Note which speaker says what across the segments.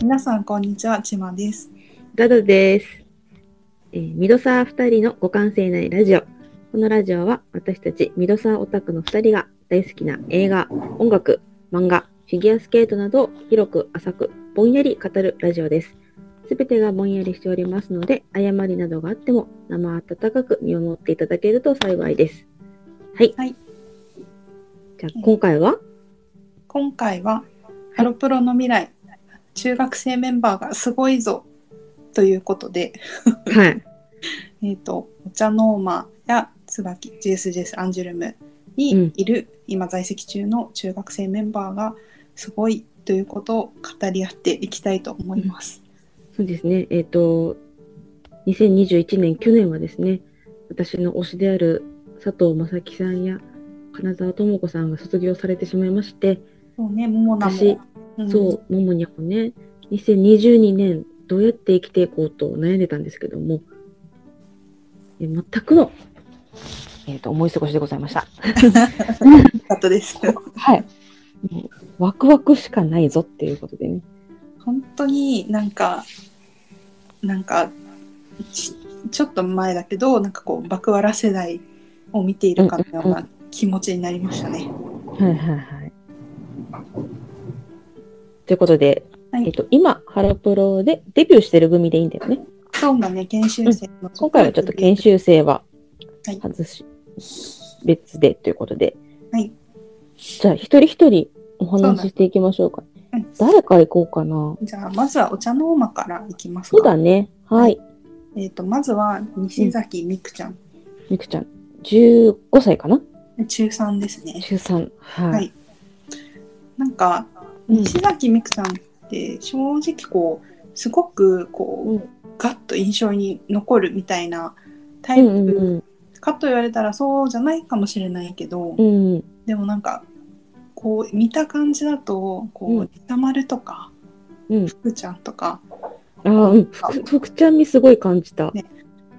Speaker 1: 皆さんこんにちは、ちまです。
Speaker 2: ダダです。えー、ミドサー2人の互換性ないラジオ。このラジオは私たちミドサーオタクの2人が大好きな映画、音楽、漫画、フィギュアスケートなどを広く浅くぼんやり語るラジオです。すべてがぼんやりしておりますので、誤りなどがあっても生温かく見守っていただけると幸いです。はい。
Speaker 1: はい
Speaker 2: じゃあ今回は
Speaker 1: 今回はハロプロの未来、中学生メンバーがすごいぞということで、
Speaker 2: はい。
Speaker 1: えっ、と、お茶ノーマや椿、JSJS アンジュルム
Speaker 2: う
Speaker 1: に
Speaker 2: ん
Speaker 1: いる、今在籍中の中学生メンバーがすごいということを語り合っていきたいと思います。
Speaker 2: そうですね、えっ、と、2021年、去年はですね、私の推しである佐藤正樹さんや金沢智子さんが卒業されてしまいまして、
Speaker 1: そうね、ももなも
Speaker 2: 私。
Speaker 1: うん
Speaker 2: そう、ももにゃもね、2022年、どうやって生きていこうと悩んでたんですけども、え全くの、えっと思い過ごしでございました。
Speaker 1: よかったです。
Speaker 2: はい。もうワクワクしかないぞっていうことでね。
Speaker 1: 本当になんかなんかちちょっと前だけどなんかこう爆笑世代を見ているかのような気持ちになりましたね。
Speaker 2: はいはいはい。ということで、
Speaker 1: はい
Speaker 2: えっと、今、ハロプロでデビューしてる組でいいんだよね。
Speaker 1: 今日がね研修生の
Speaker 2: 今回はちょっと研修生は
Speaker 1: はい
Speaker 2: 外し、別でということで。
Speaker 1: はい
Speaker 2: じゃあ、一人一人お話ししていきましょうか。
Speaker 1: うん
Speaker 2: 誰から行こうかな。
Speaker 1: じゃあまずはお茶の間からいきます
Speaker 2: そうだ
Speaker 1: か。
Speaker 2: ね。はい。
Speaker 1: えっ、とまずは西崎美久ちゃん、
Speaker 2: みくちゃん、15歳かな
Speaker 1: 中3ですね。
Speaker 2: 中3。
Speaker 1: は
Speaker 2: はいい。
Speaker 1: なんか
Speaker 2: うん
Speaker 1: 西崎美久さんって正直こうすごくこう、
Speaker 2: うん
Speaker 1: ガッと印象に残るみたいなタ
Speaker 2: う
Speaker 1: イ
Speaker 2: ん
Speaker 1: プ
Speaker 2: うんうん
Speaker 1: かと言われたらそうじゃないかもしれないけど、
Speaker 2: うんうん。
Speaker 1: でもなんかこう見た感じだとこう、
Speaker 2: うん
Speaker 1: リタマルとか
Speaker 2: うん。
Speaker 1: 福ちゃんとか
Speaker 2: ああ、うん。ふくふくちゃんみすごい感じた。
Speaker 1: ね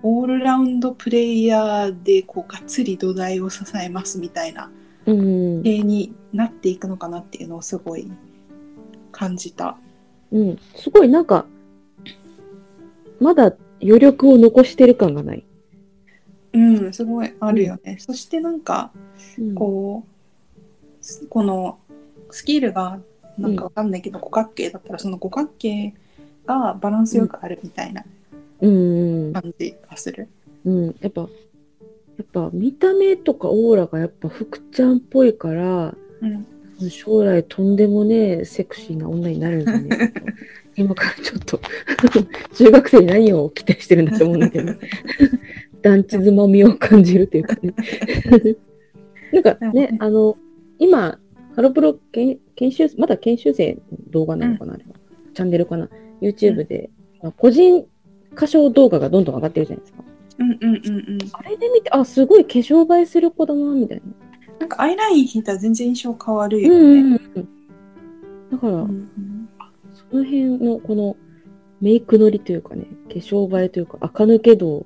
Speaker 1: オールラウンドプレイヤーでこうがっつり土台を支えますみたいな
Speaker 2: うん。
Speaker 1: 系になっていくのかなっていうのをすごい感じた。
Speaker 2: うん、すごいなんか、まだ余力を残してる感がない。
Speaker 1: うん、すごいあるよね。そしてなんかこうすこのスキルがなんかわかんないけど、五角形だったらその五角形がバランスよくあるみたいな
Speaker 2: うん、うん、
Speaker 1: 感じがする。
Speaker 2: うん、やっぱ、やっぱ見た目とかオーラがやっぱ福ちゃんっぽいから、
Speaker 1: うん、
Speaker 2: 将来とんでもねえセクシーな女になるんじゃね えかと今からちょっと 中学生に何を期待してるんだと思うんだけど 団地妻みを感じるというかね なんか
Speaker 1: でも
Speaker 2: ね
Speaker 1: ね
Speaker 2: あの今ハロプロ研研修まだ研修生の動画なのかな、あれはチャンネルかな YouTube で、まあ個人歌唱動画がどんどん上がってるじゃないですか
Speaker 1: うんうんうんうん。
Speaker 2: あれで見てあすごい化粧映えする子だなみたいな、
Speaker 1: なんかアイライン引いたら全然印象変わるよ
Speaker 2: うんう
Speaker 1: ね。
Speaker 2: んうんだから、
Speaker 1: うん
Speaker 2: その辺のこのメイクのりというかね、化粧映えというか、垢抜け度を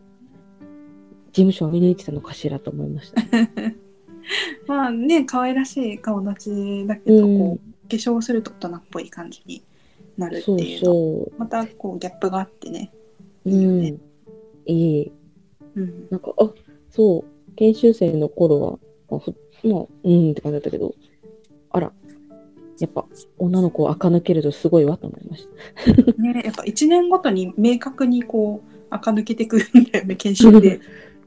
Speaker 2: 事務所は見抜いてたのかしらと思いました。
Speaker 1: まあね可愛らしい顔立ちだけど、
Speaker 2: うん
Speaker 1: こう化粧をすると大人っぽい感じになるって
Speaker 2: そう
Speaker 1: いうの
Speaker 2: そ
Speaker 1: またこうギャップがあってね。
Speaker 2: う。
Speaker 1: いいよね
Speaker 2: うん。いい。
Speaker 1: うん、
Speaker 2: なんか、あそう、研修生の頃は、あふまあ、うんって感じだったけど、あら、やっぱ女の子を垢抜けるとすごいわと思いました。
Speaker 1: ねやっぱ1年ごとに明確にこう垢抜けてくるんだよね研修で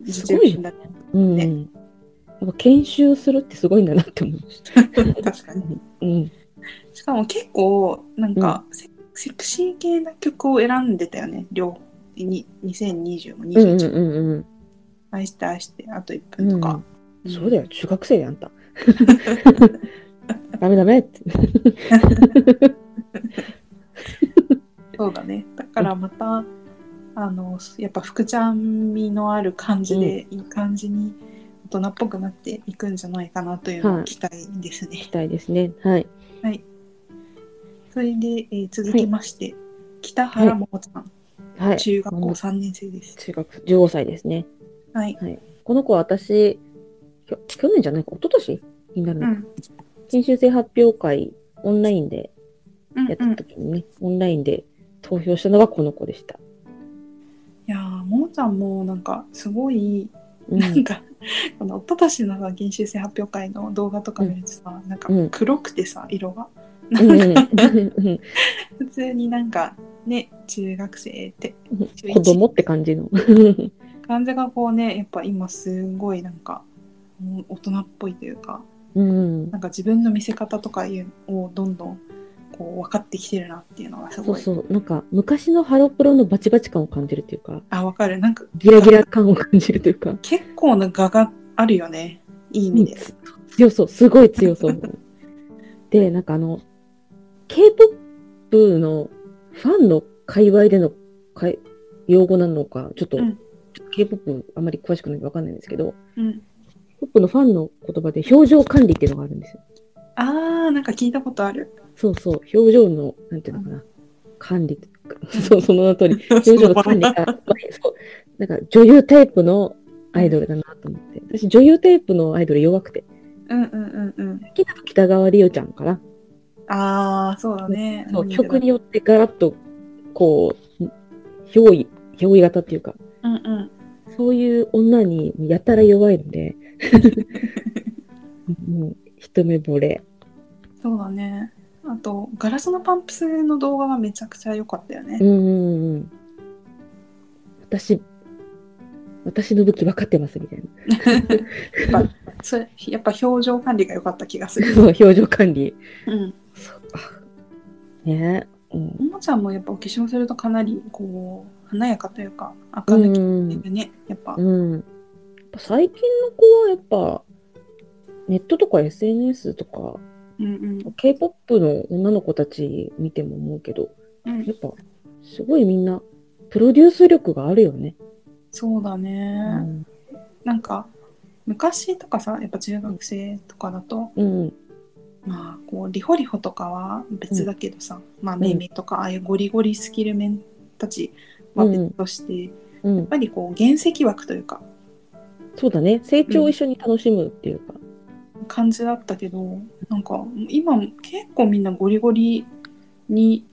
Speaker 1: 実力になって
Speaker 2: うん。
Speaker 1: ね
Speaker 2: やっぱ研修するってすごいんだなって思いました。
Speaker 1: 確かに。
Speaker 2: うん。
Speaker 1: しかも結構なんかセ,、クシー系な曲を選んでたよね両に2020も
Speaker 2: うんうん
Speaker 1: 21も
Speaker 2: うんうん。
Speaker 1: 愛して愛してあと1分とか、ん
Speaker 2: そうだよ、中学生であ んた。ダメダメって。
Speaker 1: そうだねだからまた、あのやっぱ福ちゃん味のある感じで、いい感じに大人っぽくなっていくんじゃないかなというの
Speaker 2: は
Speaker 1: を
Speaker 2: い
Speaker 1: 期待ですね、
Speaker 2: 期待ですね。はい。
Speaker 1: はいそれで、えー続きまして、北原桃ちゃん、
Speaker 2: はい。
Speaker 1: 中学校
Speaker 2: もう
Speaker 1: 3年生です、
Speaker 2: 中学15歳ですね。
Speaker 1: はい、
Speaker 2: この子は私、きょ去年じゃないか、一昨年になる
Speaker 1: う
Speaker 2: のか、
Speaker 1: ん
Speaker 2: 研修生発表会、オンラインでやった時にね、オンラインで投票したのがこの子でした。
Speaker 1: いやーもーちゃんもなんかすごい、
Speaker 2: う
Speaker 1: なん
Speaker 2: ん、
Speaker 1: かこのおととしのさ研修生発表会の動画とか見るとさ、なんか
Speaker 2: うん
Speaker 1: 黒くてさ色が
Speaker 2: うんう んうん
Speaker 1: 普通になんかね中学生って
Speaker 2: うん
Speaker 1: 中一
Speaker 2: 子供って感じの。
Speaker 1: 感じがこうねやっぱ今すごいなんかうん大人っぽいというか
Speaker 2: うん
Speaker 1: なんか自分の見せ方とかいうをどんどんこう分かってきてるなっていうのがす
Speaker 2: そ
Speaker 1: ご
Speaker 2: う
Speaker 1: い
Speaker 2: そう、なんか昔のハロプロのバチバチ感を感じるというか、
Speaker 1: あ分かるなんか
Speaker 2: ギラギラ感を感じるというか、
Speaker 1: 結構な画があるよねいい意
Speaker 2: うん
Speaker 1: 味で、
Speaker 2: つ強そう、すごい強 そう。で、なんかあの、K-POP のファンの界隈でのかい用語なのか、ちょっと、
Speaker 1: うん
Speaker 2: ちょっと K-POP あまり詳しくないんでわかんないんですけど、
Speaker 1: うん、
Speaker 2: ポップのファンの言葉で表情管理っていうのがあるんですよ。
Speaker 1: あーなんか聞いたことある
Speaker 2: そうそう、表情の、なんていうのかな、管理と か、そう、 その名の通り、表情の管理が、まあそうなんか女優タイプのアイドルだなと思って。私、女優タイプのアイドル弱くて。
Speaker 1: うんうんうんうん
Speaker 2: 好きな北川りおちゃんかな。
Speaker 1: ああそうだね
Speaker 2: そうう、
Speaker 1: ん
Speaker 2: 曲によってガラッと、こう、憑依、憑依型っていうか、
Speaker 1: うんうん
Speaker 2: そういう女にやたら弱いの で、うん、一目惚れ。
Speaker 1: そうだねあと「ガラスのパンプス」の動画はめちゃくちゃ良かったよね、
Speaker 2: うんうんうん。私、私の武器分かってますみたいな。
Speaker 1: それやっぱ表情管理が良かった気がする
Speaker 2: そう、表情管理。
Speaker 1: うん
Speaker 2: ねえ。うん
Speaker 1: おもちゃんもやっぱお化粧するとかなりこう華やかというか
Speaker 2: う
Speaker 1: 明るき
Speaker 2: ん
Speaker 1: っていうね、やっぱ、
Speaker 2: うん、やっぱ最近の子はやっぱネットとか SNS とか
Speaker 1: うんうん、
Speaker 2: K-POP の女の子たち見ても思うけど
Speaker 1: うん
Speaker 2: やっぱすごいみんなプロデュース力があるよね。
Speaker 1: そうだ
Speaker 2: う
Speaker 1: ね、
Speaker 2: ん
Speaker 1: なんか昔とかさやっぱ中学生とかだと、
Speaker 2: うん
Speaker 1: まあこうリホリホとかは別だけどさ、まあめいめいとかああいうゴリゴリスキルメンたちは別として、やっ
Speaker 2: うん、
Speaker 1: ぱりこう原石枠というか
Speaker 2: そうだね成長を一緒に楽しむっていうか、
Speaker 1: 感じだったけどなんか今結構みんなゴリゴリに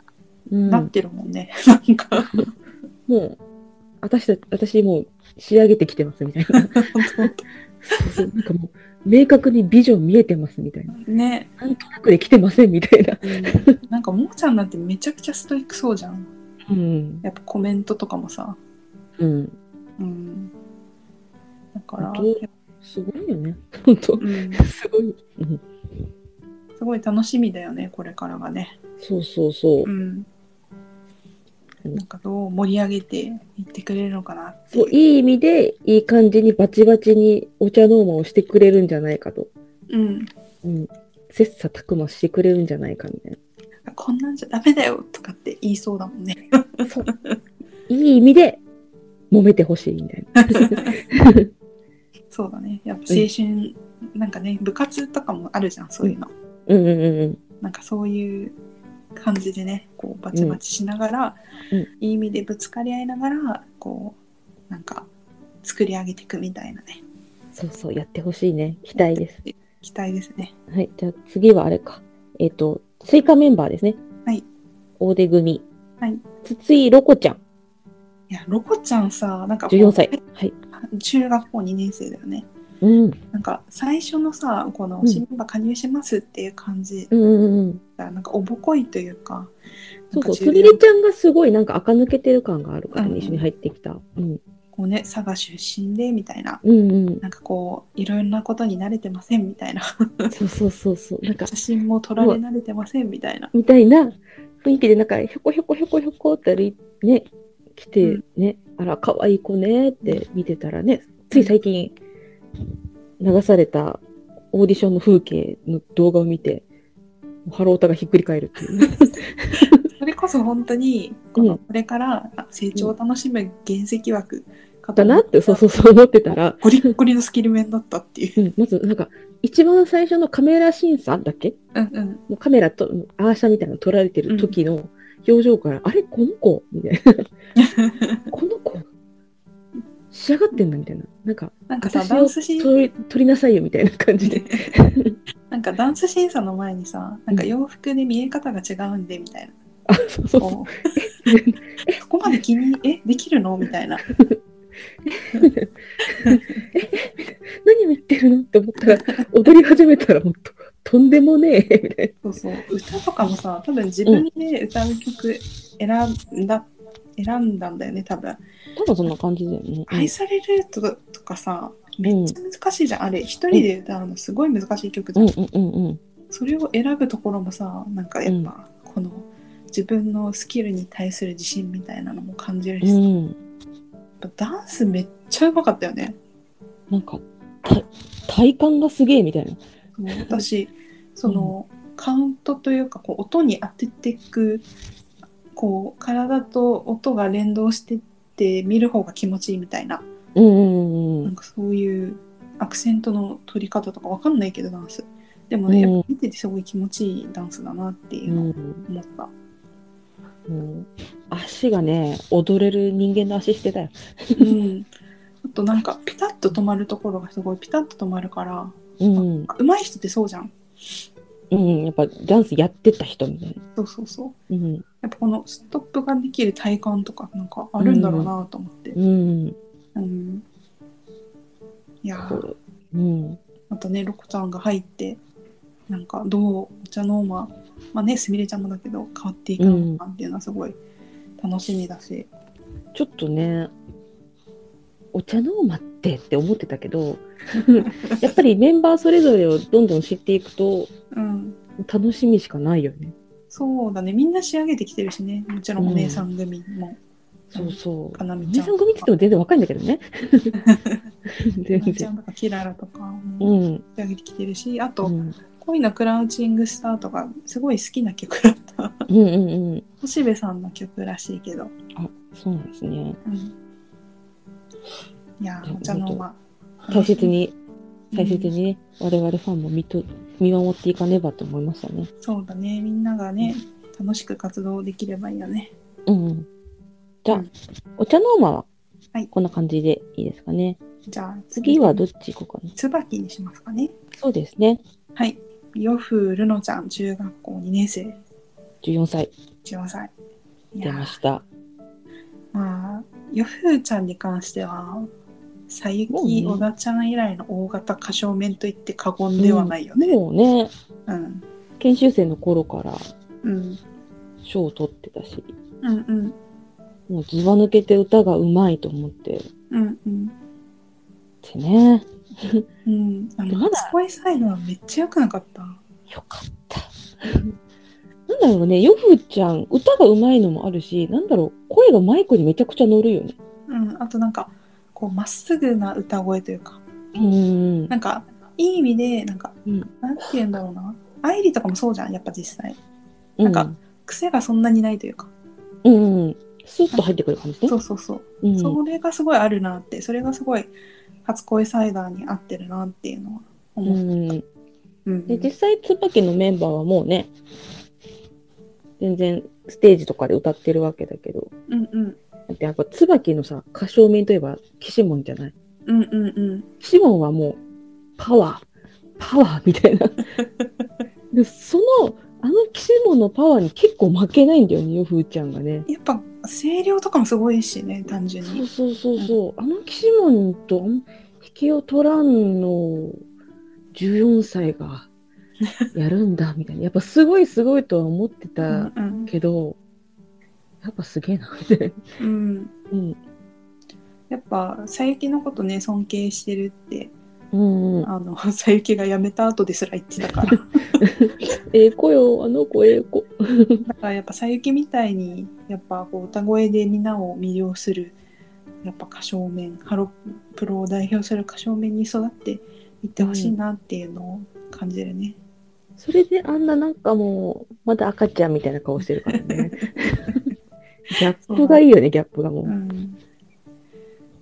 Speaker 2: うん
Speaker 1: なってるもんね、 なんか
Speaker 2: もう私た私もう仕上げてきてますみたい な
Speaker 1: 本
Speaker 2: そうそうなんかもう明確にビジョン見えてますみたいな
Speaker 1: 当ね、
Speaker 2: なんとなくできてませんみたいな、
Speaker 1: なんかもーちゃんなんてめちゃくちゃストイックそうじゃん
Speaker 2: うん
Speaker 1: やっぱコメントとかもさ
Speaker 2: うん、
Speaker 1: うんだから、
Speaker 2: 本すごいよね。本当。
Speaker 1: うん、
Speaker 2: すごい。うん、
Speaker 1: すごい楽しみだよねこれからがね
Speaker 2: そうそうそう
Speaker 1: う。ん
Speaker 2: うん
Speaker 1: なんかどう盛り上げていってくれるのかなって
Speaker 2: そ
Speaker 1: い
Speaker 2: う
Speaker 1: う
Speaker 2: いい意味で、いい感じにバチバチにお茶ノーマをしてくれるんじゃないかと。
Speaker 1: うん、
Speaker 2: うん。切磋琢磨してくれるんじゃないかみたい
Speaker 1: こんなんじゃダメだよとかって言いそうだもんね
Speaker 2: な。そう。いい意味で、揉めてほしいみたいな。
Speaker 1: そうだねやっぱ青春、なんかね部活とかもあるじゃんそういうの、
Speaker 2: うんうんうんうん。
Speaker 1: なんかそういう感じでねこうバチバチしながら、
Speaker 2: うん
Speaker 1: いい意味でぶつかり合いながらこうなんか作り上げていくみたいなね
Speaker 2: そうそう、やってほしいね。期待です。
Speaker 1: 期待ですね
Speaker 2: はい。じゃあ次はあれか。えっ、と、追加メンバーですね。
Speaker 1: はい。
Speaker 2: 大手組。
Speaker 1: はい。
Speaker 2: 筒井ロコちゃん、
Speaker 1: いやロコちゃんさなんかこう
Speaker 2: 14歳。はい。
Speaker 1: 中学校2年生だよね
Speaker 2: うん。うん
Speaker 1: なんか最初のさこの
Speaker 2: うん
Speaker 1: 新メンバー加入しますっていう感じ
Speaker 2: うんうんうん。
Speaker 1: がなんかおぼこいというかな
Speaker 2: そ
Speaker 1: ん
Speaker 2: うそ
Speaker 1: か
Speaker 2: う、すみれちゃんがすごいなんか垢抜けてる感があるから
Speaker 1: う
Speaker 2: ね、
Speaker 1: ん
Speaker 2: 一緒に入ってきた。うん。
Speaker 1: こうね佐賀出身でみたいな
Speaker 2: うん うん。
Speaker 1: なんかこういろんなことに慣れてませんみたいな
Speaker 2: そうそうそうそう。なんか、
Speaker 1: 写真も撮られ慣れてませんみたいな
Speaker 2: みたいな雰囲気で、なんか、ひょこひょこひょこひょこって歩いね、来てね、あら、可愛い子ねって見てたらね、つい最近流されたオーディションの風景の動画を見て、ハロータがひっくり返るっていうね。
Speaker 1: それこそ本当にこの
Speaker 2: うん
Speaker 1: これからあ成長を楽しむ原石枠かと
Speaker 2: だ
Speaker 1: 思
Speaker 2: なって、そうそうそう思ってたら、
Speaker 1: ゴリッゴリのスキル面だったっていう
Speaker 2: うん、まずなんか、一番最初のカメラ審査だっけ
Speaker 1: うんうん
Speaker 2: もうカメラとアーシャみたいなの撮られてる時の表情から、あれこの子みたいな。この子仕上がってんだみたいな。なんか、
Speaker 1: なんかさ
Speaker 2: 私
Speaker 1: ダ
Speaker 2: を
Speaker 1: ンスシーン
Speaker 2: 撮り撮りなさいよみたいな感じで。
Speaker 1: なんかダンス審査の前にさ、なんか洋服で見え方が違うんでみたいな。
Speaker 2: あ、そうそうそう。
Speaker 1: こうえそこまで君、え、できるのみたいな。
Speaker 2: 何言ってるのって思ったら、踊り始めたら、もうと、とんでもねえ、みたい
Speaker 1: そうそう。歌とかもさ、多分自分で歌う曲選んだ、選んだんだよね、多分。
Speaker 2: な。多分そんな感じだよね。
Speaker 1: 愛されるととかさ、めっちゃ難しいじゃん。あれ、一人で歌うのすごい難しい曲じ
Speaker 2: う
Speaker 1: ゃん。
Speaker 2: んうんうんうん。
Speaker 1: それを選ぶところもさ、なんかやっぱ、この自分のスキルに対する自信みたいなのも感じるしさ、やっ
Speaker 2: うん。
Speaker 1: ぱダンスめっちゃうまかったよね。
Speaker 2: なんか、た体感がすげえみたいな。
Speaker 1: そう私その、カウントというかこう音に当てていくこう体と音が連動してって見る方が気持ちいいみたいな,、
Speaker 2: うんうんうんう
Speaker 1: なん
Speaker 2: ん。
Speaker 1: かそういうアクセントの取り方とかわかんないけどダンスでもね、
Speaker 2: うん
Speaker 1: やっぱ見ててすごい気持ちいいダンスだなっていう
Speaker 2: う
Speaker 1: のを
Speaker 2: ん
Speaker 1: 思った、
Speaker 2: うん、足がね、踊れる人間の足してたよ。
Speaker 1: うんあとなんかピタッと止まるところがすごいピタッと止まるから
Speaker 2: うん、
Speaker 1: 上手い人ってそうじゃん
Speaker 2: うん、やっぱダンスやってた人みたいな。
Speaker 1: そうそうそう
Speaker 2: うん、
Speaker 1: やっぱこのストップができる体感とかなんかあるんだろうなと思って、
Speaker 2: うん、
Speaker 1: うんいやー
Speaker 2: そううん、
Speaker 1: またねロコちゃんが入ってなんかどうお茶の間まあねすみれちゃんもだけど変わっていくのかなっていうのはすごい楽しみだし、
Speaker 2: ちょっとね、お茶の間ってって思ってた けど、やっぱりメンバーそれぞれをどんどん知っていくと、
Speaker 1: うん
Speaker 2: 楽しみしかないよね。
Speaker 1: そうだねみんな仕上げてきてるしねもちろんお姉さん組も、
Speaker 2: そうそう。
Speaker 1: かなみ
Speaker 2: お
Speaker 1: ち
Speaker 2: 姉
Speaker 1: ゃん
Speaker 2: さん組って言っても全然若いんだけ どね。
Speaker 1: か
Speaker 2: 全
Speaker 1: なみちゃ
Speaker 2: 然。
Speaker 1: んとかキララとかも
Speaker 2: うん。
Speaker 1: 仕上げてきてるし、あと、
Speaker 2: うん
Speaker 1: 恋のクラウチングスターとかすごい好きな曲だった
Speaker 2: うんうんうん。
Speaker 1: 星部さんの曲らしいけど、
Speaker 2: あ、そうなんですね。
Speaker 1: うん、いやーお茶の間
Speaker 2: 大切に、
Speaker 1: うん
Speaker 2: 大切にね、我々ファンも見と見守っていかねばと思いましたね。
Speaker 1: そうだね、みんながね、楽しく活動できればいいよね。
Speaker 2: うんうん。じゃあ、
Speaker 1: うん
Speaker 2: お茶の間は
Speaker 1: はい
Speaker 2: こんな感じでいいですかね。
Speaker 1: じゃあ
Speaker 2: 次はどっち行こうかな。
Speaker 1: 椿にしますかね。
Speaker 2: そうですね。
Speaker 1: はい。ヨフルノちゃん、中学校2年生、
Speaker 2: 14歳
Speaker 1: 14歳。い
Speaker 2: 出
Speaker 1: や
Speaker 2: ました。
Speaker 1: まあ、ヨフちゃんに関しては、さゆき、
Speaker 2: もうね
Speaker 1: 小田ちゃん以来の大型歌唱面と言って過言ではないよね。
Speaker 2: もうね、
Speaker 1: うん。
Speaker 2: 研修生の頃から
Speaker 1: うん。
Speaker 2: 賞を取ってたし、
Speaker 1: うんうん。
Speaker 2: もうずば抜けて歌がうまいと思って
Speaker 1: うんうん。
Speaker 2: てね。
Speaker 1: うん。あの、
Speaker 2: まだ
Speaker 1: 初恋サイドはめっちゃ良くなかった。
Speaker 2: よかった。なんだろうね、ヨフちゃん、歌がうまいのもあるし、なんだろう、声がマイクにめちゃくちゃ乗るよね。
Speaker 1: うん。あとなんか、こう、まっすぐな歌声というか、
Speaker 2: うん。
Speaker 1: なんかいい意味でなんか、
Speaker 2: うん
Speaker 1: なんて言うんだろうな愛理とかもそうじゃんやっぱ実際
Speaker 2: なん
Speaker 1: か、癖がそんなにないというか
Speaker 2: うんうん、スッと入ってくる感じね。
Speaker 1: そうそうそう、
Speaker 2: うん、
Speaker 1: それがすごいあるなってそれがすごい初恋サイダーに合ってるなっていうのは
Speaker 2: う
Speaker 1: 思う、
Speaker 2: ん、
Speaker 1: うん
Speaker 2: で実際椿のメンバーはもうね全然ステージとかで歌ってるわけだけど
Speaker 1: うんうん
Speaker 2: だってやっぱ椿のさ歌唱面といえば岸門じゃない
Speaker 1: うんうんうん
Speaker 2: 岸門はもうパワーパワーみた いなでそのあの岸門のパワーに結構負けないんだよねよふーちゃんがね
Speaker 1: やっぱ声量とかもすごいしね単純
Speaker 2: そう
Speaker 1: に
Speaker 2: そうそうそうあの岸門とあの引きを取らんのを14歳がやるんだみたいなやっぱすごいすごいとは思って
Speaker 1: う
Speaker 2: た
Speaker 1: んうん
Speaker 2: けど、やっぱすげえなみたいな。
Speaker 1: うん
Speaker 2: うん
Speaker 1: やっぱさゆきのことね尊敬してるって
Speaker 2: うんうん、
Speaker 1: あの さゆきが辞めた後ですら言ってたから
Speaker 2: ええ子よあの子ええ子
Speaker 1: だからやっぱさゆきみたいにやっぱこう歌声でみんなを魅了するやっぱ歌唱面ハロプロを代表する歌唱面に育っていってほしいなっていうのを感じるね。
Speaker 2: それであんななんかもうまだ赤ちゃんみたいな顔してるから ねギャップがいいよねギャップがも
Speaker 1: う
Speaker 2: う、
Speaker 1: ん、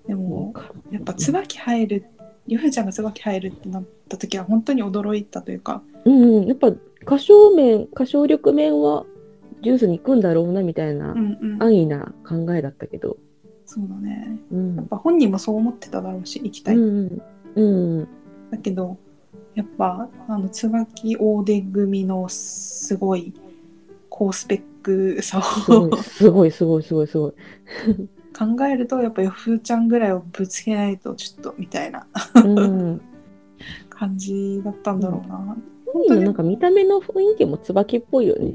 Speaker 1: で
Speaker 2: も
Speaker 1: も
Speaker 2: う
Speaker 1: やっぱ椿入るゆふちゃんが椿入るってなった時は本当に驚いたというか
Speaker 2: うんうんやっぱ歌唱面歌唱力面はジュースに行くんだろうなみたいな、
Speaker 1: うんうん
Speaker 2: 安易な考えだったけど、
Speaker 1: そうだね
Speaker 2: う
Speaker 1: やっ
Speaker 2: ん
Speaker 1: ぱ本人もそう思ってただろうし行き
Speaker 2: う
Speaker 1: たい、
Speaker 2: んうんうん
Speaker 1: だけどやっぱあの椿オーデン組のすごい高スペックさ
Speaker 2: すご
Speaker 1: を
Speaker 2: い、す ごい、すごい、すごい、すごい。
Speaker 1: 考えるとやっぱよふーちゃんぐらいをぶつけないとちょっとみたいな
Speaker 2: うん。
Speaker 1: 感じだったんだろうな。
Speaker 2: 本人のなんか見た目の雰囲気も椿っぽいよね。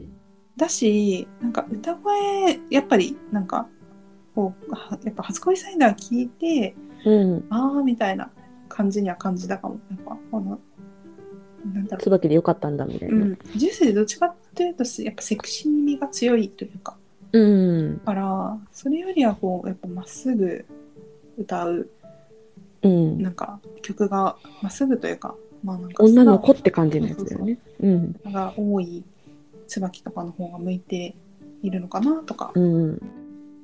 Speaker 1: だしなんか歌声やっぱりなんかこうはやっぱ初恋サイダー聞いて
Speaker 2: うん。
Speaker 1: ああみたいな感じには感じたかも。なんかこのなんだろう
Speaker 2: 椿でよかったんだみたいうな。
Speaker 1: ん、ジュースでどっちかっていうとやっぱセクシー味が強いというか
Speaker 2: うん。
Speaker 1: からそれよりはこうやっぱまっすぐ歌う
Speaker 2: うん。
Speaker 1: なんか曲がまっすぐというか,、まあ、なんか
Speaker 2: 女の子って感じのやつだよね。うん。
Speaker 1: 素直が多い椿とかの方が向いているのかなとか
Speaker 2: うん。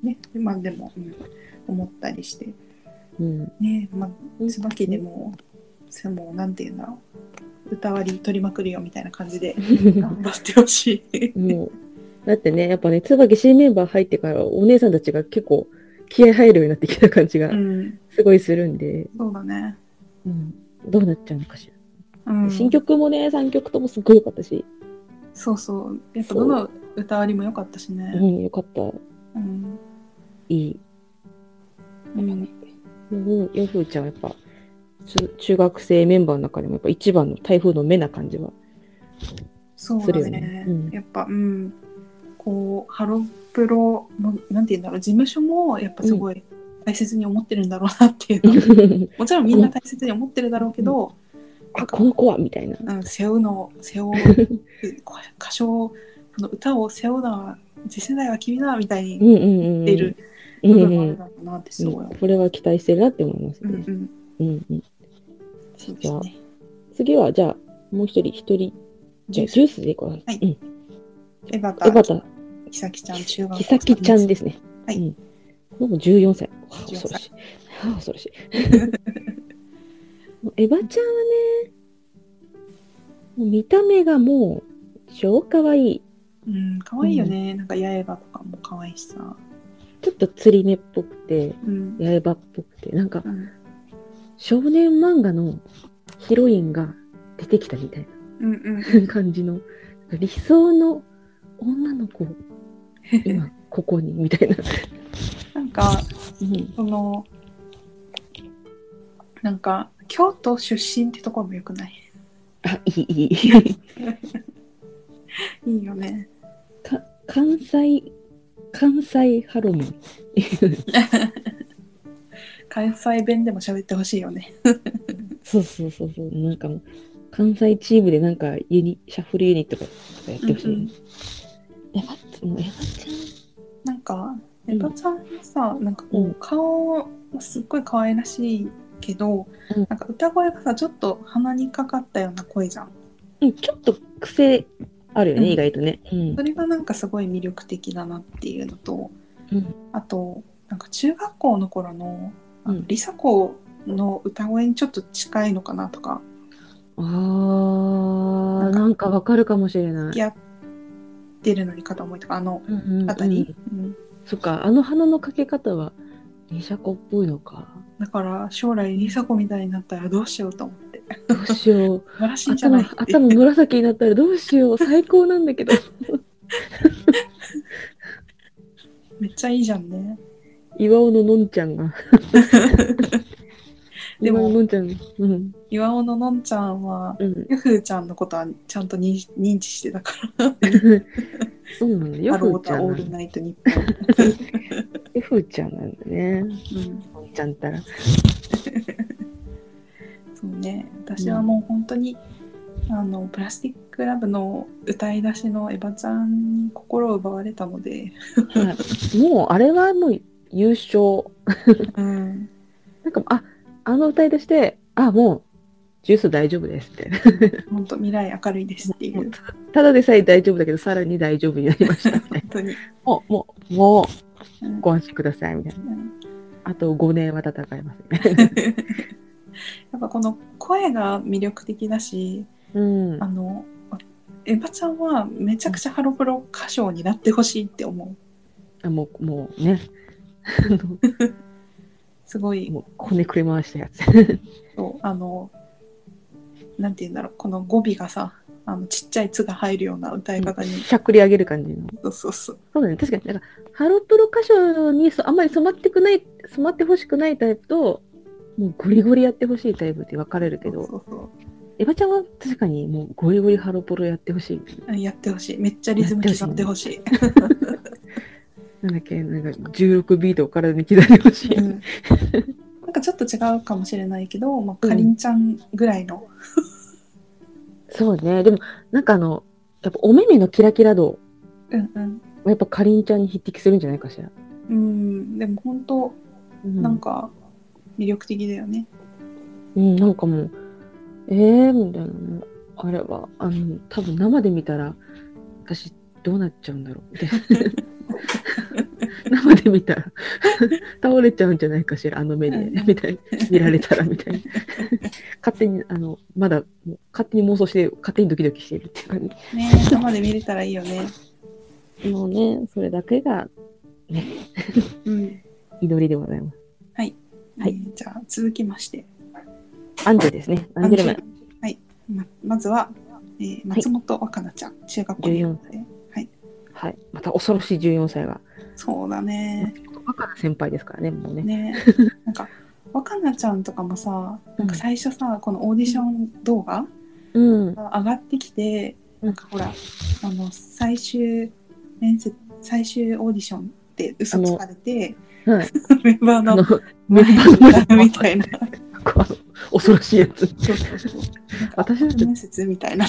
Speaker 1: ね、まあでも、うん思ったりして
Speaker 2: うん。
Speaker 1: ねまあ、椿で
Speaker 2: も。
Speaker 1: もそれもなんていうんだろう歌割り取りまくるよみたいな感じで 頑張ってほしい。
Speaker 2: もう。だってね、やっぱね、椿新メンバー入ってからお姉さんたちが結構気合入るようになってきた感じが
Speaker 1: うん、
Speaker 2: すごいするんで、
Speaker 1: そうだね。
Speaker 2: うん。どうなっちゃうのかしら。
Speaker 1: うん、
Speaker 2: 新曲もね、3曲ともすごい良かったし、
Speaker 1: そうそう。やっぱどの歌割りも良かったしね。
Speaker 2: うん、良かった。
Speaker 1: うん。
Speaker 2: いい。
Speaker 1: うん、
Speaker 2: うん、ヨフーちゃんはやっぱ、中中学生メンバーの中でもやっぱ一番の台風の目な感 じは。
Speaker 1: そうだ
Speaker 2: するよね
Speaker 1: ね。
Speaker 2: うん
Speaker 1: やっぱ、うん。こう、ハロプロも、なんて言うんだろう、事務所も、やっぱすごい大切に思ってるんだろうなっていうの、もちろんみんな大切に思ってるだろうけど、
Speaker 2: あ、この子はみたいな。
Speaker 1: うん、背負うの、背負う、こう歌唱、その歌を背負うのは、次世代は君だみたいに
Speaker 2: うんうんうん。
Speaker 1: 言ってる
Speaker 2: う
Speaker 1: 部
Speaker 2: んう
Speaker 1: 分もあ
Speaker 2: んう
Speaker 1: る
Speaker 2: ん
Speaker 1: だろうなってすごい思
Speaker 2: これは期待してるなって思います
Speaker 1: う。うんう
Speaker 2: ね。
Speaker 1: ん。
Speaker 2: うんうん。
Speaker 1: そうですね。
Speaker 2: 次は、じゃあ、もう一人、一人、
Speaker 1: ジ
Speaker 2: じゃ
Speaker 1: ュ
Speaker 2: あ
Speaker 1: ー
Speaker 2: ジュ
Speaker 1: ス、
Speaker 2: ースでいこう。
Speaker 1: はい
Speaker 2: うん。
Speaker 1: エバ
Speaker 2: 江端
Speaker 1: タ、キサキちゃん、中学
Speaker 2: キサキちゃん
Speaker 1: で。
Speaker 2: ですね。
Speaker 1: はい
Speaker 2: うん。もう14歳。あ
Speaker 1: 14歳
Speaker 2: 恐ろしい。あ恐ろしい。 エバちゃんはね、もう見た目がもう、超かわいい。
Speaker 1: うん、可愛いよね。なんか八重歯とかも可愛いしさ。
Speaker 2: ちょっと釣り目っぽくて、
Speaker 1: うん。
Speaker 2: 八重歯っぽくて、なんか
Speaker 1: うん
Speaker 2: 少年漫画のヒロインが出てきたみたい
Speaker 1: うんうん
Speaker 2: な感じの、理想の女の子、今ここに、み たいな。
Speaker 1: なんか
Speaker 2: うん
Speaker 1: そのなんか京都出身ってところもよくない
Speaker 2: あ、いい、いい。
Speaker 1: いいよね
Speaker 2: か関西、関西ハロモン。
Speaker 1: 関西弁でも喋ってほしいよね
Speaker 2: そうそうそうそう、なんかもう、関西チームでなんかユニ、シャッフルユニットとかやってほしいよね。エヴァもうエヴァち
Speaker 1: なんか
Speaker 2: う
Speaker 1: ネ
Speaker 2: ん
Speaker 1: タちゃんのさなんかこ
Speaker 2: うん
Speaker 1: う顔もすっごい可愛らしいけど、
Speaker 2: うん
Speaker 1: なんか歌声がさちょっと鼻にかかったような声じゃん
Speaker 2: ゃん、うん、ちょっと癖あるよね、
Speaker 1: うん
Speaker 2: 意外とね。うん
Speaker 1: そ。れがなんかすごい魅力的だなっていうのと、
Speaker 2: うん
Speaker 1: あとなんか中学校の頃のあの
Speaker 2: うん
Speaker 1: 梨紗子の歌声にちょっと近いのかなとか
Speaker 2: あー、なんかわかるかもしれない。
Speaker 1: やってるのに片思いとかあの
Speaker 2: うんうんうん
Speaker 1: あたり、うん
Speaker 2: そっか、あの花のかけ方は、二車子っぽいのか。
Speaker 1: だから将来梨紗子みたいになったらどうしようと思って
Speaker 2: どうし よ
Speaker 1: 素
Speaker 2: う。
Speaker 1: 晴らしいんじゃな
Speaker 2: 頭
Speaker 1: いって
Speaker 2: 頭紫になったらどうしよう。最高なんだけど。
Speaker 1: めっちゃいいじゃんね
Speaker 2: 岩尾ののんちゃ んが。
Speaker 1: で
Speaker 2: で
Speaker 1: も
Speaker 2: も、のんちゃん。うん。
Speaker 1: 岩尾ののんちゃんは
Speaker 2: うん。
Speaker 1: ゆふーちゃんのことはちゃんと認識認知してたから
Speaker 2: そうなんだ。よ
Speaker 1: ハロー
Speaker 2: ふち
Speaker 1: タ
Speaker 2: ゃん
Speaker 1: オー
Speaker 2: なん
Speaker 1: ル
Speaker 2: だ。
Speaker 1: ナイトニッポン
Speaker 2: よふちゃんなんだ
Speaker 1: う
Speaker 2: ね。
Speaker 1: ん
Speaker 2: のんちゃんったら。
Speaker 1: そうね私はもう本当に、あのプラスティックラブの歌い出しのエヴァちゃんに心を奪われたので、
Speaker 2: もう、あれはもう優勝。
Speaker 1: うん、
Speaker 2: なんか、あ、あの歌い出して、あ、もう、ジュース大丈夫ですって。
Speaker 1: 本当未来明るいですってい
Speaker 2: もう
Speaker 1: う
Speaker 2: たただでさえ大丈夫だけど、さらに大丈夫になりましたみた
Speaker 1: 本
Speaker 2: いな。
Speaker 1: 当に、
Speaker 2: もう、もう、も
Speaker 1: う
Speaker 2: うんご安心くださいみたいな。
Speaker 1: うん
Speaker 2: あと5年は戦いますみたいな。
Speaker 1: やっぱこの声が魅力的だし
Speaker 2: うん
Speaker 1: あ。のエヴァちゃんはめちゃくちゃハロプロ歌唱になってほしいって思う
Speaker 2: あもう、もうね。あの
Speaker 1: すごい
Speaker 2: もう、こねくり回したやつ。
Speaker 1: そうあのなんて言うんだろうこの語尾がさあのちっちゃい「つ」が入るような歌い方に、
Speaker 2: しゃっくり上げる感じ
Speaker 1: そ
Speaker 2: の。
Speaker 1: うそうそう
Speaker 2: そうだね、確かに。なんか、ハロプロ歌手にそあんまり染まってくない、染まってほしくないタイプと、もうゴリゴリやってほしいタイプって分かれるけど、
Speaker 1: そうそう
Speaker 2: エヴァちゃんは確かにもうゴリゴリハロプロやってほしい。
Speaker 1: そうやってほしいめっちゃリズム刻んでほしい
Speaker 2: なんだっけ、なんか16ビートを体に刻んでほしい。
Speaker 1: うんなんかちょっと違うかもしれないけど、まあ、かりんちゃんぐらいの、
Speaker 2: そうね、でも、なんかあの、やっぱお目目のキラキラ度
Speaker 1: うんうん
Speaker 2: はやっぱかりんちゃんに匹敵するんじゃないかしら。
Speaker 1: うん、でも本当
Speaker 2: うん
Speaker 1: なんか魅力的だよね。
Speaker 2: うん、なんかもう、えー、みたいなね。あれは、あの、多分生で見たら、私、どうなっちゃうんだろうみたい な。生で見たら、倒れちゃうんじゃないかしら、あの目で、
Speaker 1: うん
Speaker 2: みたいな。見られたら、みたいな。勝手に、あの、まだ、勝手に妄想して、勝手にドキドキしてるっていう感
Speaker 1: ね生で見れたらいいよね。
Speaker 2: じ。もうね、それだけが
Speaker 1: うん。
Speaker 2: 祈りでございます。はい
Speaker 1: えーじゃあ続きまして。
Speaker 2: アンジェですね。アンジェルマン。
Speaker 1: はい。ままずは、えー松本若菜ちゃん、中学校
Speaker 2: 14
Speaker 1: 生。はい。
Speaker 2: はい。また恐ろしい14歳が、
Speaker 1: そうだね。
Speaker 2: 若菜先輩ですからね、もうね。
Speaker 1: ね なんか若菜ちゃんとかもさ、なんか
Speaker 2: うん
Speaker 1: 最初さこのオーディション動画
Speaker 2: うん。
Speaker 1: が上がってきて、
Speaker 2: うん
Speaker 1: なんかほらあの最終面接最終オーディションって嘘つかれて、
Speaker 2: はい
Speaker 1: メンバー
Speaker 2: あ
Speaker 1: の
Speaker 2: の、
Speaker 1: メンバー
Speaker 2: メンバー
Speaker 1: の
Speaker 2: の
Speaker 1: みたいな。
Speaker 2: こう 恐ろしいやつ。
Speaker 1: そうそうそう。
Speaker 2: 私たち
Speaker 1: 面接みたい な。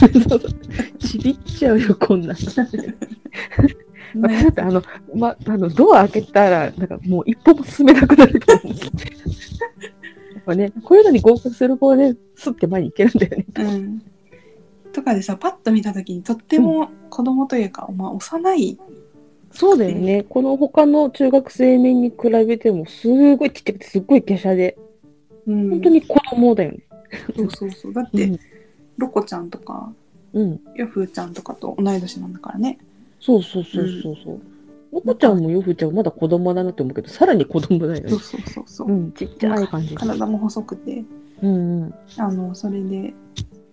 Speaker 2: ちびっちゃうよ、こんなの。私だ
Speaker 1: ね
Speaker 2: ってあの、ま、あの、ドア開けたら、なんかもう一歩も進めなくなると思う。やっぱね、こういうのに合格する子で、すって前に行けるんだよね。
Speaker 1: うん。とかでさ、パッと見たときにとっても子供というか、まあ幼い。
Speaker 2: そうだよね。この他の中学生面に比べても、すごいちっちゃくて、すっごい華奢で、
Speaker 1: うん、
Speaker 2: 本当に子供だよね。
Speaker 1: そうそうそう。だっ
Speaker 2: う
Speaker 1: て、
Speaker 2: ん
Speaker 1: ロコちゃんとか、
Speaker 2: うん。
Speaker 1: ヨフーちゃんとかと同い年なんだからね。
Speaker 2: そうそうそうそうそう。おこちゃんもよふちゃんもまだ子供だなって思うけど、さらに子供だよ
Speaker 1: そう。
Speaker 2: ね
Speaker 1: そうそうそう。
Speaker 2: うん、ちっちゃい感じ。
Speaker 1: 体も細くて、
Speaker 2: うんうん。
Speaker 1: あの、それで、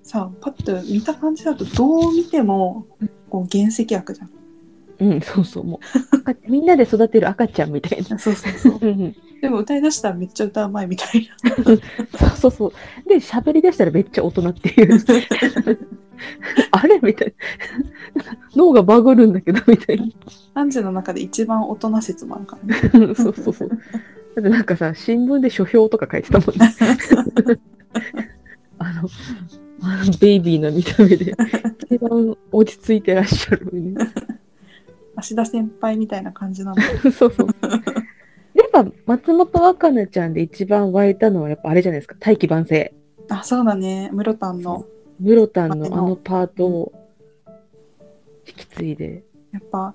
Speaker 1: さ、パッと見た感じだと、どう見ても、こう、原石悪じゃん。
Speaker 2: うん、そうそう、もう赤みんなで育てる赤ちゃんみたいな。
Speaker 1: そうそう そう。
Speaker 2: うんうん
Speaker 1: でも歌い出したらめっちゃ歌うまいみたいな。
Speaker 2: そうそうそう。で、喋り出したらめっちゃ大人って いう。あれみたいな。脳がバグるんだけど、みたいな。
Speaker 1: アンジェの中で一番大人説もあるからね。
Speaker 2: そうそうそう。だってなんかさ、新聞で書評とか書いてたもんね。 あの、あのベイビーな見た目で、一番落ち着いてらっしゃる、ね。
Speaker 1: 芦田先輩みたいな感じなの。
Speaker 2: そうそう。やっぱ、松本若菜ちゃんで一番湧いたのは、やっぱあれじゃないですか。大器晩成。
Speaker 1: あ、そうだね。室丹の。
Speaker 2: ムロタンの
Speaker 1: あ
Speaker 2: あ
Speaker 1: の
Speaker 2: のパートを引き継いで。
Speaker 1: やっぱ、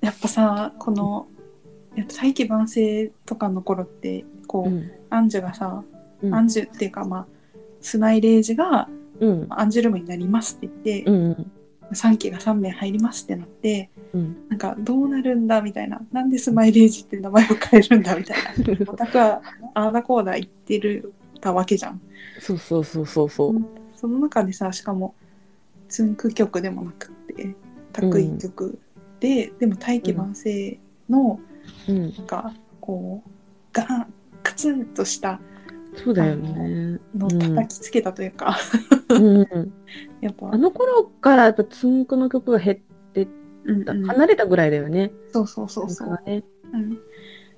Speaker 1: やっぱさ、この、やっぱ大器晩成とかの頃って、こう、
Speaker 2: うん。
Speaker 1: アンジュがさ、
Speaker 2: うん
Speaker 1: アンジュっていうか、まあ、砂井玲治が
Speaker 2: うん。
Speaker 1: アンジュルムになりますって言って、
Speaker 2: うん。
Speaker 1: 三3期が3名入りますってなって、
Speaker 2: うん。
Speaker 1: なんかどうなるんだみたいな、なんでスマイレージって名前を変えるんだみたいな。オタクはあーだこーだ言ってるたわけじゃん。
Speaker 2: そうそうそうそうそう。
Speaker 1: その中でさしかもツンク曲でもなくってタクイ曲で、でも大器晩成の
Speaker 2: うん。
Speaker 1: なんかこうガンカツンとした
Speaker 2: そうだよね。
Speaker 1: のを叩きつけたというか、
Speaker 2: うん。
Speaker 1: やっぱ、
Speaker 2: あの頃からやっぱつんくの曲が減って
Speaker 1: うん
Speaker 2: た、
Speaker 1: うん
Speaker 2: 離れたぐらいだよね。
Speaker 1: そうそうそうそ
Speaker 2: つん
Speaker 1: う
Speaker 2: く、がね。
Speaker 1: うん、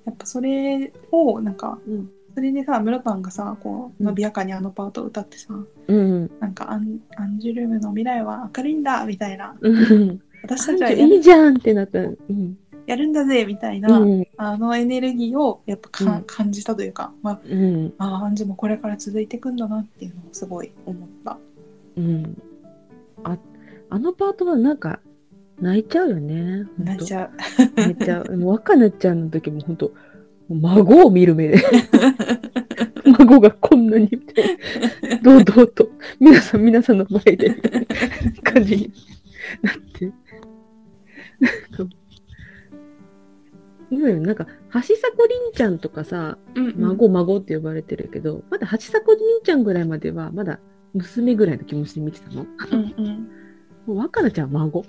Speaker 1: やっぱそれをなんか
Speaker 2: うん。
Speaker 1: それでさ室ンがさこう伸びやかにあのパートを歌ってさ、
Speaker 2: うん。
Speaker 1: なんかアンアンジュルムの未来は明るいんだみたいな
Speaker 2: うん。
Speaker 1: 私たちはや
Speaker 2: い
Speaker 1: る
Speaker 2: いじゃんってなった。うん。
Speaker 1: やるんだぜみたいな、
Speaker 2: うん。
Speaker 1: あのエネルギーをやっぱか、
Speaker 2: うん
Speaker 1: 感じたというか、まあ、
Speaker 2: うん。
Speaker 1: ああアンジュもこれから続いていくんだなっていうのをすごい思った。
Speaker 2: うん。あ、あのパートはなんか、泣いちゃうよね。ほんと
Speaker 1: 泣いちゃう。
Speaker 2: めっちゃ、 もう若菜ちゃんの時も本当孫を見る目 で。孫がこんなに、堂々と、皆さん、皆さんの前で、みたいな感じになって。なんか、今よりなんか、橋迫凛ちゃんとかさ、
Speaker 1: うんうん
Speaker 2: 孫、孫って呼ばれてるけど、まだ橋迫凛ちゃんぐらいまでは、まだ娘ぐらいの気持ちで見てたの。
Speaker 1: うんうん。
Speaker 2: もう若菜ちゃん は孫。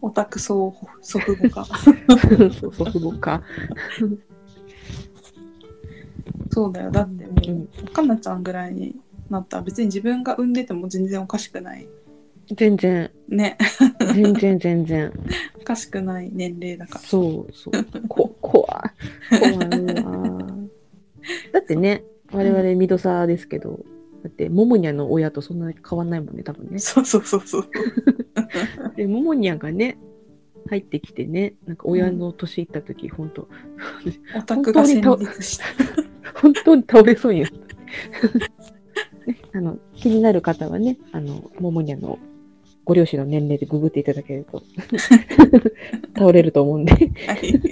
Speaker 1: オタク祖父祖父母 か。
Speaker 2: そう祖父母か。
Speaker 1: そうだよ。だってもう、
Speaker 2: うん
Speaker 1: かなちゃんぐらいになったら別に自分が産んでても全然おかしくない。
Speaker 2: 全然、
Speaker 1: ね。
Speaker 2: 全然、全然。
Speaker 1: おかしくない年齢だか
Speaker 2: そうそう。 こ、怖い。怖いわ。だってね、我々ミドサーですけど、だって、モモニャの親とそんなに変わんないもんね、多分ね
Speaker 1: ら。。そうそうそうそう。
Speaker 2: で、モモニャがね、入ってきてね、なんか親の年いった時、ほんと、
Speaker 1: オタクが戦慄した。
Speaker 2: 本当に倒れそう になった。ね、あの気になる方はね、あのももにゃんのご両親の年齢でググっていただけ ると倒れると思うんで。
Speaker 1: はい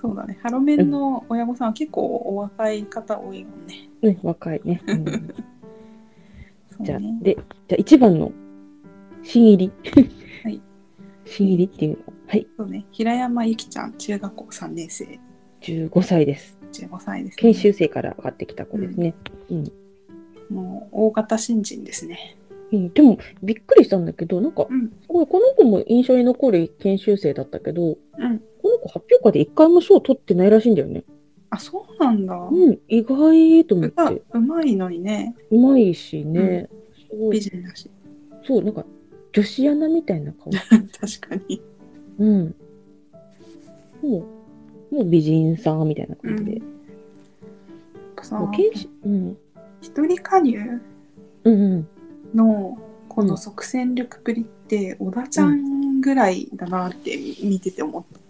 Speaker 1: そうだね。ハロメンの親御さんは結構お若い方多いもんね。
Speaker 2: うん、若いね。うん
Speaker 1: そう
Speaker 2: じゃあ、
Speaker 1: ね。
Speaker 2: で、じゃあ一番の新入り。
Speaker 1: はい。
Speaker 2: 新入りっていうの。はい、
Speaker 1: そうね。平山ゆきちゃん、中学校3年生、
Speaker 2: 15歳です。
Speaker 1: 15歳です、ね。
Speaker 2: 研修生から上がってきた子ですね。
Speaker 1: もう大型新人ですね。
Speaker 2: うん、でも、びっくりしたんだけど、なんか、
Speaker 1: うん。
Speaker 2: ここの子も印象に残る研修生だったけど、
Speaker 1: うん。
Speaker 2: この子発表会で一回も賞取ってないらしいんだよね。
Speaker 1: あ、そうなんだ。
Speaker 2: うん、意外と思っ
Speaker 1: 歌
Speaker 2: て。
Speaker 1: うまいのにね、
Speaker 2: うまいしね。すご
Speaker 1: 美
Speaker 2: い。
Speaker 1: 人だし。
Speaker 2: そう、なんか、女子アナみたいな 顔。
Speaker 1: 確かに。
Speaker 2: うん。もう、もう美人さんみたいな感じで。
Speaker 1: さ
Speaker 2: もう研修、うん。
Speaker 1: 一人加入
Speaker 2: うんうん。
Speaker 1: のこ
Speaker 2: う
Speaker 1: の
Speaker 2: ん
Speaker 1: 即戦力ぶりって、小田ちゃんぐらいだなって見てて思った。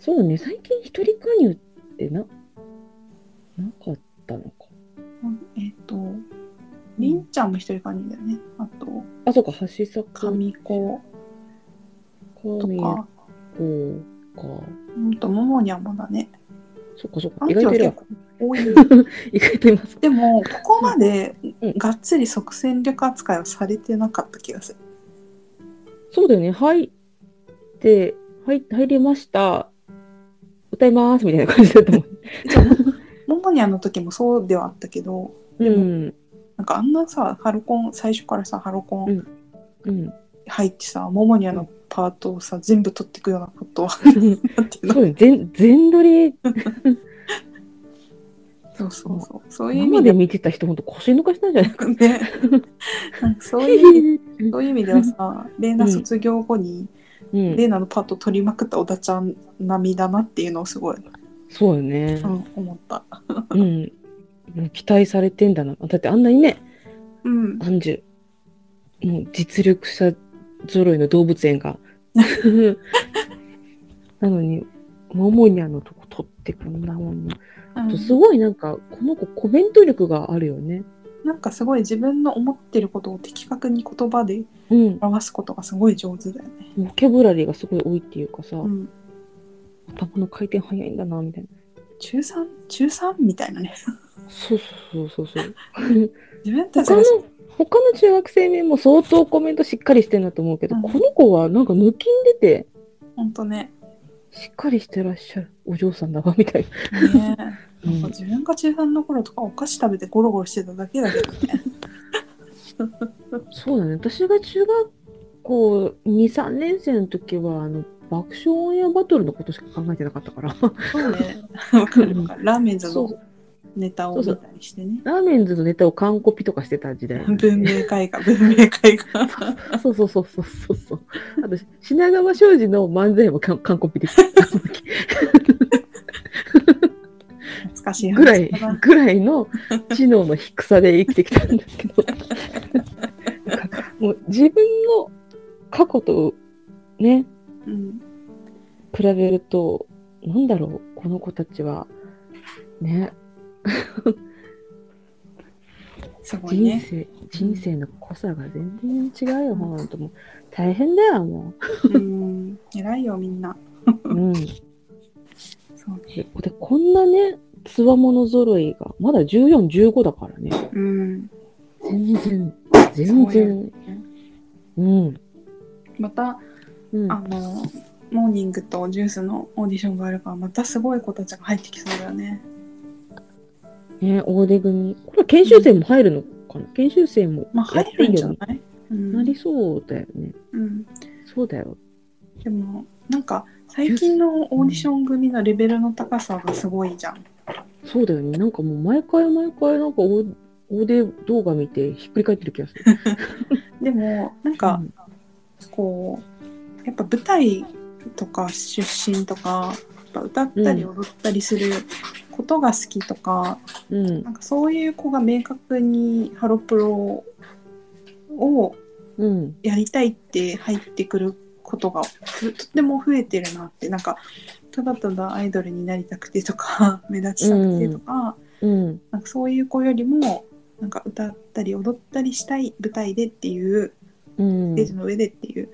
Speaker 2: そうね、最近一人加入ってな、なかったのか。
Speaker 1: えっ、と、りんちゃんも一人加入だよね。あと、
Speaker 2: あ、そうか、橋坂
Speaker 1: 神子と
Speaker 2: 神
Speaker 1: か、
Speaker 2: 子か。
Speaker 1: うんと、ももにゃんもだね。
Speaker 2: そっかそっ
Speaker 1: あ
Speaker 2: か、
Speaker 1: ん
Speaker 2: 意
Speaker 1: ちゃん
Speaker 2: 外といる
Speaker 1: 結
Speaker 2: わ
Speaker 1: 構多い。
Speaker 2: 意外といます。
Speaker 1: でも、ここまで
Speaker 2: うん
Speaker 1: がっつり即戦力扱いはされてなかった気がする。
Speaker 2: そうだよね、入って、入入りました、歌いますみたいな感じだと思う。
Speaker 1: ももにゃんの時もそうではあったけど、
Speaker 2: うん、
Speaker 1: なんかあんなさ、ハロコン、最初からさ、ハロコ
Speaker 2: う
Speaker 1: ン
Speaker 2: んうん、
Speaker 1: 入ってさ、ももにゃんのパートをさ、全部取っていくようなこと は、なんていうの
Speaker 2: そうね、全全撮り、
Speaker 1: そうそうそう。そういう意
Speaker 2: 生
Speaker 1: 味で、
Speaker 2: で見てた人、本当腰抜かしたんじゃないか。
Speaker 1: ね、なんかそういう意味そういう意味ではさ、レーナ卒業後に、
Speaker 2: うん
Speaker 1: レ、ーナのパートを取りまくった小田ちゃん並みだなっていうのをすごい、
Speaker 2: そうよね
Speaker 1: う。ん、思った。
Speaker 2: うん、もう期待されてんだな。だってあんなにね、
Speaker 1: うん、
Speaker 2: アンジュ、もう実力者揃いの動物園 が。なのに、モモニャのとこ取ってこんなもんね
Speaker 1: うん
Speaker 2: すごいなんか、この子コメント力があるよね。
Speaker 1: なんかすごい自分の思ってることを的確に言葉で
Speaker 2: うん。
Speaker 1: 表すことがすごい上手だよね。
Speaker 2: ボキャブラリーがすごい多いっていうかさ、
Speaker 1: うん、
Speaker 2: 頭の回転早いんだな、みたいな。
Speaker 1: 中3中3みたいなね。
Speaker 2: そうそうそうそ うそう。
Speaker 1: 自分たち
Speaker 2: 他
Speaker 1: が
Speaker 2: の、他の中学生にも相当コメントしっかりしてるなと思うけど、
Speaker 1: うん
Speaker 2: この子はなんか抜きんでて、
Speaker 1: 本当ね
Speaker 2: しっかりしてらっしゃるお嬢さんだわ、みたいな。
Speaker 1: ねえ、
Speaker 2: うん
Speaker 1: なんか自分が中3の頃とかお菓子食べてゴロゴロしてただけだけどね。
Speaker 2: そうだね。私が中学校2、3年生の時は、あの、爆笑オンエアバトルのことしか考えてなかったから。
Speaker 1: そうね。わかるわかる。ラーメンズ
Speaker 2: そ
Speaker 1: の
Speaker 2: う。
Speaker 1: ネタを見たりしてね。
Speaker 2: ラーメンズのネタを完コピとかしてた時代。
Speaker 1: 文明開化、文明開化。
Speaker 2: そうそうそうそうそうそう。あと品川庄司の漫才もかん完コピできた
Speaker 1: 懐かしい
Speaker 2: ぐらい
Speaker 1: 話だな。
Speaker 2: ぐらいの知能の低さで生きてきたんですけど、もう自分の過去とね
Speaker 1: うん。
Speaker 2: 比べるとなんだろうこの子たちはね
Speaker 1: すごい
Speaker 2: 人
Speaker 1: ね。
Speaker 2: 生人生の濃さが全然違うよ、ほん、ともう大変だよも
Speaker 1: うん。偉いよ、みんな。
Speaker 2: う。うん
Speaker 1: そうね。
Speaker 2: ででこんなねつわもの揃いがまだ1415だからね
Speaker 1: うん。
Speaker 2: 全然全
Speaker 1: そうよ
Speaker 2: 然うん
Speaker 1: また、
Speaker 2: うん
Speaker 1: あの、モーニングとジュースのオーディションがあるから、またすごい子たちが入ってきそうだよね。
Speaker 2: ね、大手組。これは研修生も入るのかな、研修生も
Speaker 1: まあ
Speaker 2: やっ
Speaker 1: 入
Speaker 2: てい
Speaker 1: るん
Speaker 2: い
Speaker 1: じ
Speaker 2: よ
Speaker 1: ゃ
Speaker 2: ね。
Speaker 1: ない、
Speaker 2: なりそうだよね。
Speaker 1: うん、
Speaker 2: そうだよ。
Speaker 1: でもなんか最近のオーディション組のレベルの高さがすごいじゃん。
Speaker 2: そうだよね。なんかもう毎回毎回なんか大大手動画見てひっくり返ってる気がする。
Speaker 1: でもなんかこうやっぱ舞台とか出身とかやっぱ歌ったり踊ったりすることが好きとか,、
Speaker 2: うん、うん
Speaker 1: なんかそういう子が明確にハロプロを
Speaker 2: うん、
Speaker 1: やりたいって入ってくることがふとっても増えてるなってなんかただただアイドルになりたくてとか 目立ちたくてとか。
Speaker 2: うん、
Speaker 1: なんかそういう子よりもなんか歌ったり踊ったりしたい舞台でっていう
Speaker 2: うん。
Speaker 1: ステージの上でっていう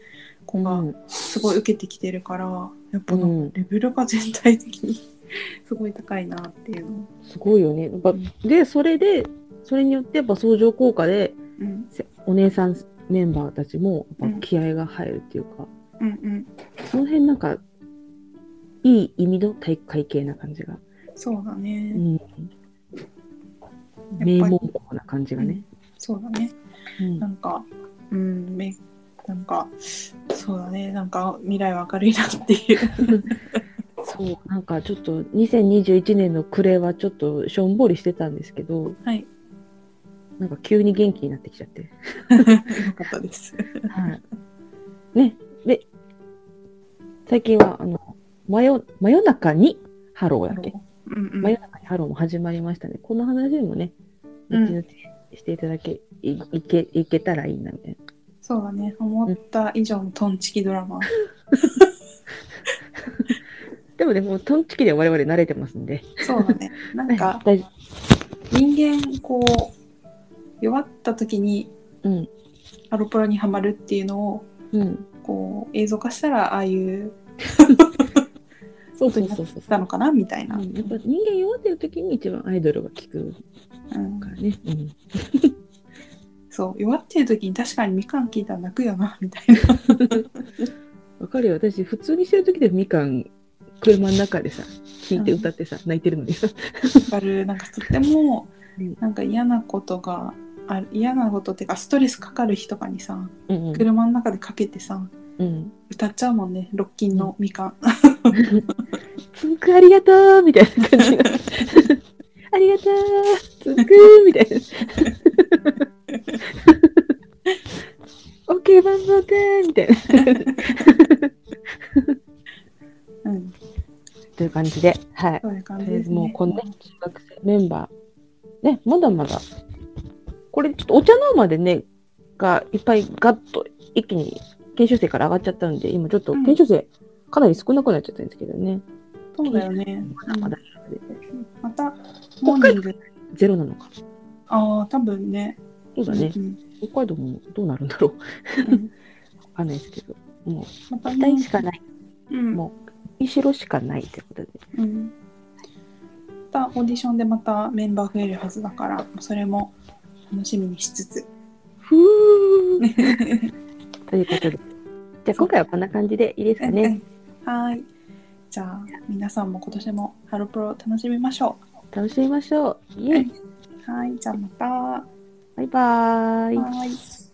Speaker 1: 子がすごい受けてきてるから、やっぱ
Speaker 2: う
Speaker 1: なん
Speaker 2: ん
Speaker 1: かレベルが全体的に すごい高いなっていうの、
Speaker 2: すごいよね。やっぱで、それで、それによってやっぱ相乗効果で、
Speaker 1: うん、
Speaker 2: せお姉さんメンバーたちもやっ
Speaker 1: う
Speaker 2: ぱ
Speaker 1: ん
Speaker 2: 気合が入るっていうか、
Speaker 1: うんうん
Speaker 2: その辺なんか、いい意味の体育会系な感じが。
Speaker 1: そうだ
Speaker 2: う
Speaker 1: ね、
Speaker 2: ん。名門校な感じがね。
Speaker 1: そうだね
Speaker 2: うん
Speaker 1: なんかうんめなんかそうだねなんか未来は明るいなっていう
Speaker 2: そう、なんかちょっと2021年の暮れはちょっとしょんぼりしてたんですけど、
Speaker 1: はい
Speaker 2: なんか急に元気になってきちゃって。
Speaker 1: よかったです
Speaker 2: はい。ね、で、最近は、あの、真夜真夜中にハローやっけ
Speaker 1: うんうん
Speaker 2: 真夜中にハローも始まりましたね。この話もね、
Speaker 1: うん
Speaker 2: 後々していただけ、いいけ、いけたらいいな、みたいな。
Speaker 1: そうだね思った以上のトンチキドラマ
Speaker 2: でもね、もうトンチキで我々慣れてますんで。
Speaker 1: そうだね。なんか
Speaker 2: 大丈
Speaker 1: 人間こう弱った時に
Speaker 2: 夫。うん。
Speaker 1: ハロプロにはまるっていうのを
Speaker 2: うん。
Speaker 1: こう映像化したらああいう
Speaker 2: そうそうそうそう。
Speaker 1: なのかなみたいな。
Speaker 2: うんやっぱ人間弱ってる時に一番アイドルが効く
Speaker 1: うん
Speaker 2: からね。うん。
Speaker 1: そう弱ってる時に確かにみかん聞いたら泣くよなみたいな。
Speaker 2: わかるよ。私、普通にしてる時でみかん、車の中でさ、聴いて
Speaker 1: うん
Speaker 2: 歌ってさ、泣いてるのにさ。
Speaker 1: わかるなんかとっても
Speaker 2: うん
Speaker 1: なんか嫌なことがあ嫌なことっていうかストレスかかる日とかにさ
Speaker 2: うんうん。
Speaker 1: 車の中でかけてさ
Speaker 2: うん。
Speaker 1: 歌っちゃうもんねロッキンのみかん。
Speaker 2: つんくありがとうみたいな感 じが。ありがとうつんくみたいな。オッケー、万能でみたいな。
Speaker 1: うん
Speaker 2: という感じで、はい。
Speaker 1: そういう感
Speaker 2: と
Speaker 1: じ
Speaker 2: りあえ
Speaker 1: です
Speaker 2: ず
Speaker 1: ね。
Speaker 2: もうこのね、中学生メンバー、ね、まだまだ、これちょっとお茶の間でね、がいっぱいガッと一気に研修生から上がっちゃったんで、今ちょっと
Speaker 1: うん
Speaker 2: 研修生かなり少なくなっちゃったんですけどね。
Speaker 1: そうだよね。
Speaker 2: まだまだ
Speaker 1: またモーニング
Speaker 2: ゼロなのか。
Speaker 1: ああ多分ね。
Speaker 2: そうだね。
Speaker 1: ん
Speaker 2: 北海道もどうなるんだろう。
Speaker 1: うん
Speaker 2: わかんないですけど。もう、
Speaker 1: また
Speaker 2: 期待しかない。
Speaker 1: うん、
Speaker 2: もう、いしろしかないってことで。
Speaker 1: うんまたオーディションでまたメンバー増えるはずだからそれも楽しみにしつつ
Speaker 2: ふーということで。じゃあ今回はこんな感じでいいですかね。
Speaker 1: はいじゃあ皆さんも今年もハロプロ楽しみましょ
Speaker 2: 楽しみましょう。イ
Speaker 1: う
Speaker 2: ェイ
Speaker 1: はいじゃあまた
Speaker 2: バイバーイ。
Speaker 1: はい